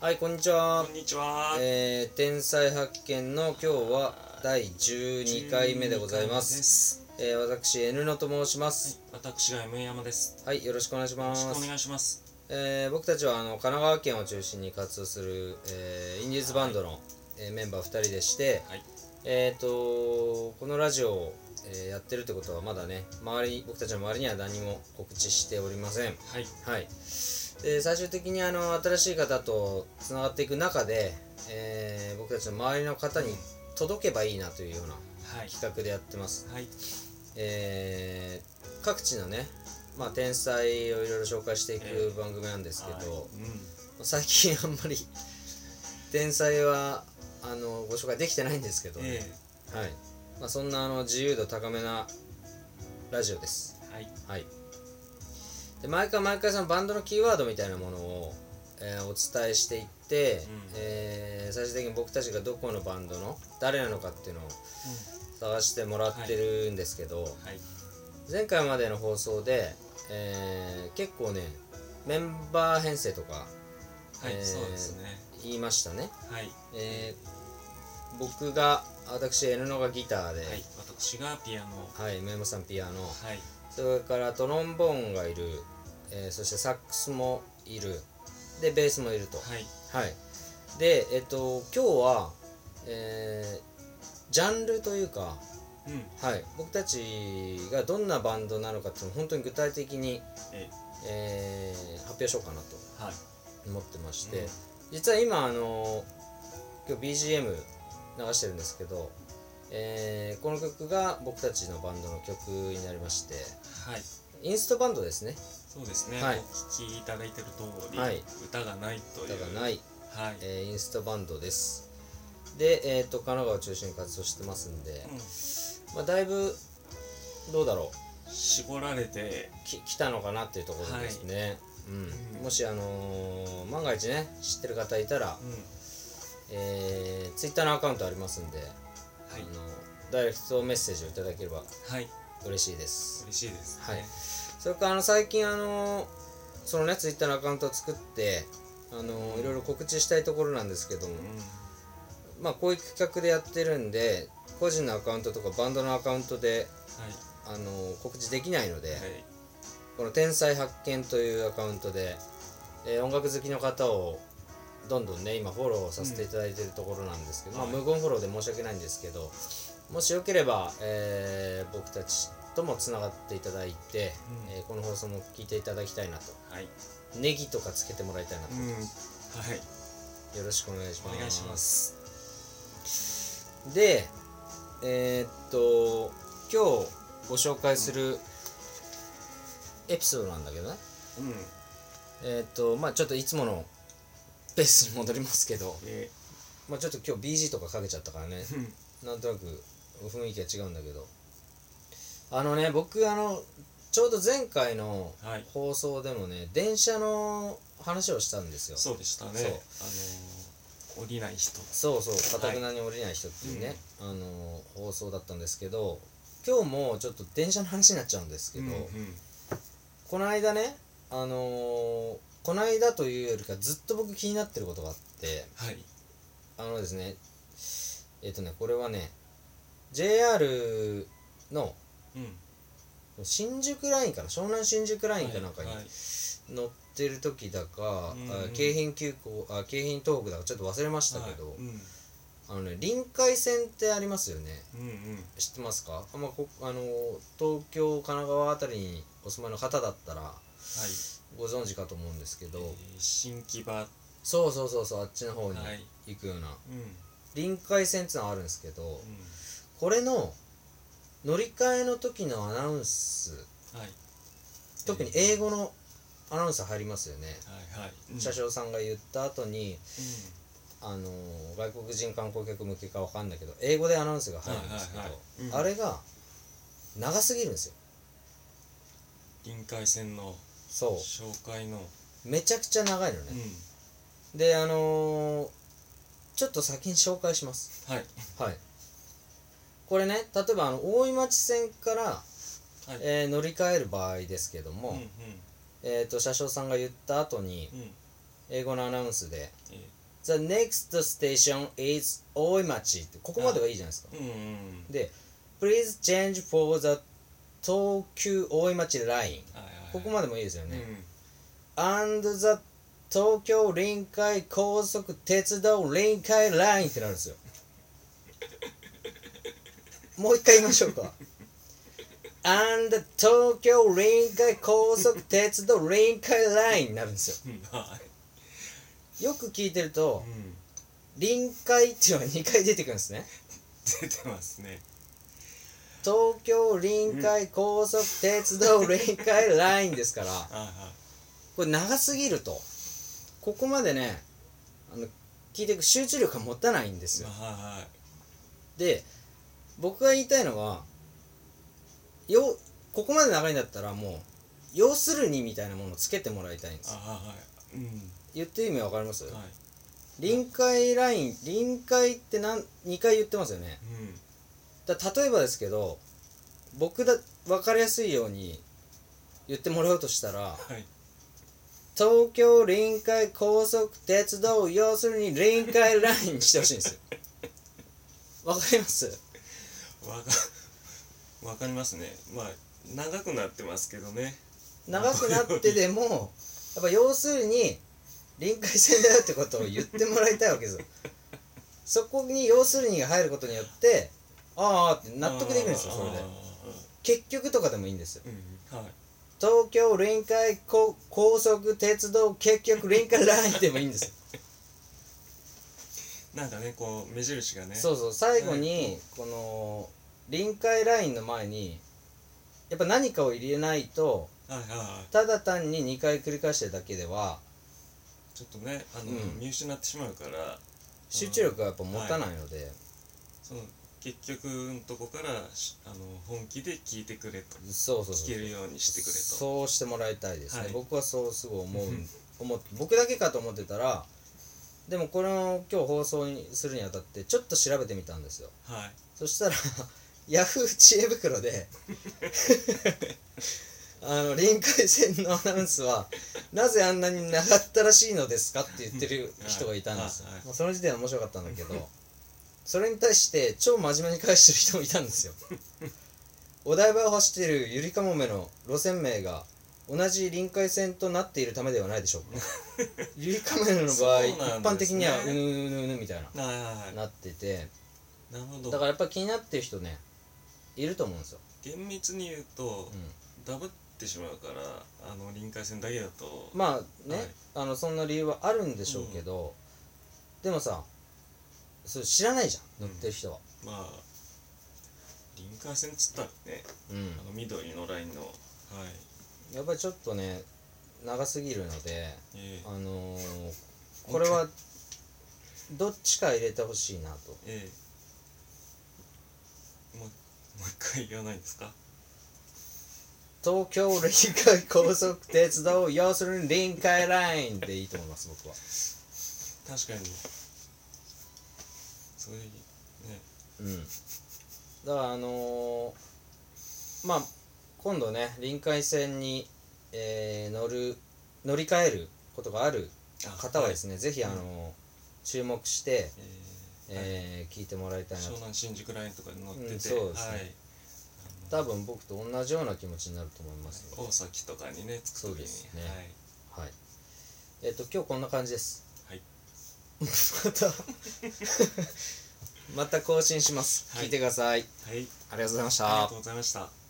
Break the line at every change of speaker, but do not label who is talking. はい、こんにちは
こん。にちは。
えー、天才発見の今日は第12回目でございま。
12回目ですす。
えー、私、N のと申しま
はい
す。、
私が M 山です。
はい、よろしくお願いし
よ
ま
ろし
す。
くお願いします。
えー、僕たちはあの神奈川県を中心に活動する、えーインディーズバンドの、えーメンバー2人でして、
はい。
えー、とこのラジオを、えーやってるってことはまだね周り僕たちの周りには何も告知しておりません。
はい。
はい、で最終的にあの新しい方とつながっていく中で、えー僕たちの周りの方に届けばいいなというような
はい。
企画でやってます、
はい。
えー各地のね、まあ、天才をいろいろ紹介してい
え
く番組なんですけど、
はい
最近あんまり天才はあのご紹介できてないんですけど、
うん。え
はいまあ、そんなあの自由度高めなラジオです
えはい。
はい、で毎回毎回そのバンドのキーワードみたいなものを、えーお伝えしていって、えー最終的に僕たちがどこのバンドの誰なのかっていうのを探してもらってるんですけど、
うん。はい。
前回までの放送で、えー結構ねメンバー編成とか
はい。
えー
そうですね。
言いましたね、
はい。
えー僕が私 N のがギターで、
はい。私がピアノ。は
はい、メモさんピアノ、
い。
それからトロンボーンがいる、えーそしてサックスもいるでベースもいると
はい。
はいでえっと今日は、えージャンルというか、
うん。
はい、僕たちがどんなバンドなのかっていうのを本当に具体的に、
え
えー発表しようかなと
えはい。
思ってまして、
うん
実は今あの今日 BGM 流してるんですけど、えーこの曲が僕たちのバンドの曲になりまして
はい。
インストバンドですね
そうですね。
はい
お聞きいただいてる通り、
はい
歌がないという。。
歌がないい、
はい。
えーインスタバンドですで、えー、と神奈川を中心に活動してますんで、
うん。
まあ、だいぶどうだろ
絞られて、
うき来たのかなっていうところですね、うん、
うん
もしあのー万が一ね知ってる方いたら
う、ん。
えー、Twitter のアカウントありますんで、
はい
あ。のダイレクトメッセージをいただければ
はい。
嬉しいです
嬉しいですね。
はいそれからあの最近あのーそのね Twitter のアカウントを作ってあのーいろいろ告知したいところなんですけども、
うん。
まあこういう企画でやってるんで個人のアカウントとかバンドのアカウントで、
はい。
あのー告知できないので、
はい。
この「天才発見」というアカウントで、えー音楽好きの方をどんどんね今フォローさせていただいてるところなんですけど、
はい
まあ、無言フォローで申し訳ないんですけどもしよければ、えー僕たちともつながっていただいて、
うん
えーこの放送も聞いていただきたいなと
はい。
ネギとかつけてもらいたいなと
う、ん。はい。
よろしくお願いします
お願いします。
でえーっと今日ご紹介するエピソードなんだけどね
うん、
えーっとまあちょっといつものペースに戻りますけど、
え
まあ、ちょっと今日 BG とかかけちゃったからね
ー、うん
なんとなく雰囲気が違うんだけどあのね僕あのちょうど前回の
はい
放送でもね電車の話をしたんですよ
そうでしたね
そう
あのー、降りない人
そうそうかたくなに降りない人っていうね、あの放送だったんですけど今日もちょっと電車の話になっちゃうんですけど、
うんうん
この間ねあのーこの間というよりかずっと僕気になってることがあって
はい
あのですねえっ、とねこれはね JR の
うん
新宿ラインかな湘南新宿ラインかなんかに
はいはい
乗ってる時だか、
うん
あ京浜急行あ京浜東北だかちょっと忘れましたけど、
はいうん
あのね臨海線ってありますよね
うんうん
知ってますか、あまあこあの東京神奈川あたりにお住まいの方だったら
はい
ご存知かと思うんですけど、
えー新木場は
そうそうそうそうあっちの方
い
に行くような、
うんうん
臨海線ってのがあるんですけどこれの乗り換えの時のアナウンス
はい
特に英語のアナウンス入りますよね、
はいはいうん
車掌さんが言った後に
う
あのー外国人観光客向けかわかんないけど英語でアナウンスが入るんですけど、
はいはいはいうん
あれが長すぎるんですよ
ん臨海線の
そう
紹介の
めちゃくちゃ長いの
うん
ね、であのーちょっと先に紹介します
はい
はいこれね例えばあの大井町線から、
はい
えー乗り換える場合ですけども、
うんうん
えー、と車掌さんが言った後に
うん
英語のアナウンスで
え
The next station is 大井町ってここまではいいじゃないですか
ーうんうん
で Please change for the 東急大井町ライン
はいはいはい
ここまでもいいですよね、
うん
And the 東京臨海高速鉄道臨海ラインってなるんですよもう一回言いましょうか And 東京臨海高速鉄道臨海ラインになるんです
うんはい
よよく聞いてると
うん
臨海っていうのが2回出てくるんですね
出てますね
東京臨海高速鉄道臨海ラインですから
はいは
これ長すぎるとここまでねあの聞いていく集中力が持たないんです
い
よ
はいはい
で僕が言いたいのはよここまで長いんだったらもう「要するに」みたいなものをつけてもらいたいんです
あはいはいうん
言ってる意味わかります
はい
臨海ライン臨海って何2回言ってますよね
うん
だ例えばですけど僕だ分かりやすいように言ってもらうとしたら
はい
東京臨海高速鉄道要するに臨海ラインにしてほしいんですよわかります
わかわかりますねまあ長くなってますけどね
長くなってでもやっぱ要するに臨海線だよってことを言ってもらいたいわけですよそこに要するにが入ることによってああって納得できるんですよそれで
あ
結局とかでもいいんですよ
ーうんはい
東京臨海高高速鉄道結局臨海ラインでもいいんですよ
なんかねこう目印 がね
そうそう最後にこの臨海ラインの前にやっぱ何かを入れないと
はいはいはい
ただ単に2回繰り返してるだけでは
ちょっとねあの、
うん
見失ってしまうから
集中力がやっぱ持たないので、
その結局のとこからしあの本気で聞いてくれと
そうそうそう
聞けるようにしてくれと
そうしてもらいたいですね、
はい
僕はそうすごい思う
うん
思って僕だけかと思ってたらでもこれを今日放送にするにあたってちょっと調べてみたんですよ
はい
そしたら ヤフー知恵袋で あの臨海線のアナウンスはなぜあんなに長ったらしいのですかって言ってる人がいたんですよ
はいはい
まあその時点は面白かったんだけどそれに対して超真面目に返してる人もいたんですよお台場を走っているゆりかもめの路線名が同じ臨海線となっているためではないでしょうか ゆりかもめの場合、
そ
一
うなんですね
般的にはうぬうぬうぬみたい
はいはい
な
は
なってて
いなるほど
だからやっぱ気になってる人ねいると思うんですよ、
厳密に言うと、ダブってしまうからあの臨海線だけだと
うん、まあね、
はい
あのそんな理由はあるんでしょうけど、でもさそれ知らないじゃん
うん
乗ってる人は、
まあ臨海線っつったらね
うん
あの緑のラインのはい
やっぱりちょっとね長すぎるので
ええ
あのーこれはどっちか入れてほしいなと
ええもうもう一回言わないんですか
東京臨海高速鉄道要するに臨海ラインでいいと思います僕は
確かにそれね
うんだからあのーまあ今度ね臨海線に、えー乗る乗り換えることがある
あ
方はです
ね、
ね、ぜひあのー注目して、
ええはい
えー聞いてもらいたいな
湘
と
南新宿ラインとかに乗ってて、
うんそうですね
はいあの
多分僕と同じような気持ちになると思いますので、
大崎とかにね着く
そう
時に
ですねはいえっ、と今日こんな感じです
はい
ま た また更新します、
はい
聞いてください
はい、はい、
ありがとうございまし
あり
た
がとうございました